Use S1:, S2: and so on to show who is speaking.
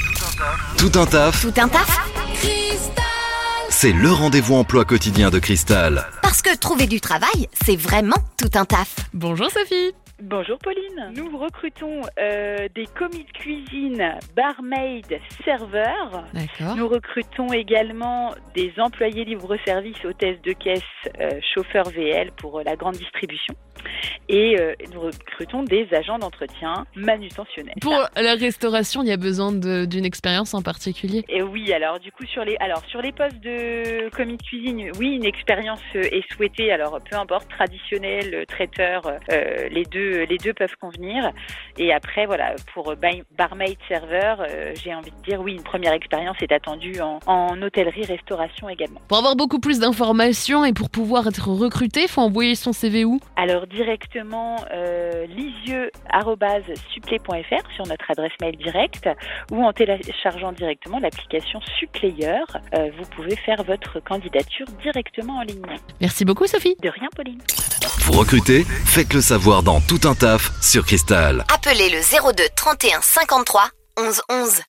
S1: Tout un taf,
S2: Tout un taf
S1: c'est le rendez-vous emploi quotidien de Cristal.
S2: Parce que trouver du travail, c'est vraiment tout un taf.
S3: Bonjour Sophie.
S4: Bonjour Pauline. Nous recrutons euh, des commis de cuisine, barmaids, serveurs.
S3: D'accord.
S4: Nous recrutons également des employés libre-service, hôtesses de caisse, euh, chauffeurs VL pour euh, la grande distribution. Et euh, nous recrutons des agents d'entretien manutentionnels.
S3: Pour la restauration, il y a besoin de- d'une expérience en particulier.
S4: Et oui, alors du coup sur les alors sur les postes de commis de cuisine, oui, une expérience euh, est souhaitée. Alors peu importe traditionnel, euh, traiteur, euh, les deux les deux peuvent convenir. Et après voilà, pour euh, bar- barmaid serveur, euh, j'ai envie de dire oui, une première expérience est attendue en, en hôtellerie restauration également.
S3: Pour avoir beaucoup plus d'informations et pour pouvoir être recruté, faut envoyer son CV où
S4: Alors directement euh, lisieux@supplé.fr sur notre adresse mail directe ou en téléchargeant directement l'application Suppléeur, euh, vous pouvez faire votre candidature directement en ligne.
S3: Merci beaucoup Sophie.
S4: De rien, Pauline.
S1: Vous recrutez Faites le savoir dans Tout un taf sur Cristal.
S2: Appelez le 02 31 53 11 11.